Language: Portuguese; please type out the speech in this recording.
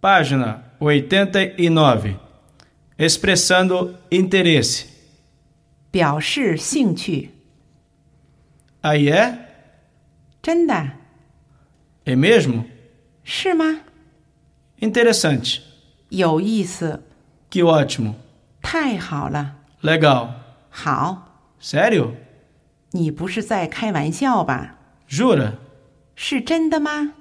página 89, expressando interesse. 表示兴趣， Aí é? 真的 É mesmo? 是吗？ Interessante. 有意思， Que ótimo. 太好了， Legal. 好， Sério? 你不是在开玩笑吧？ Jura? 是真的吗？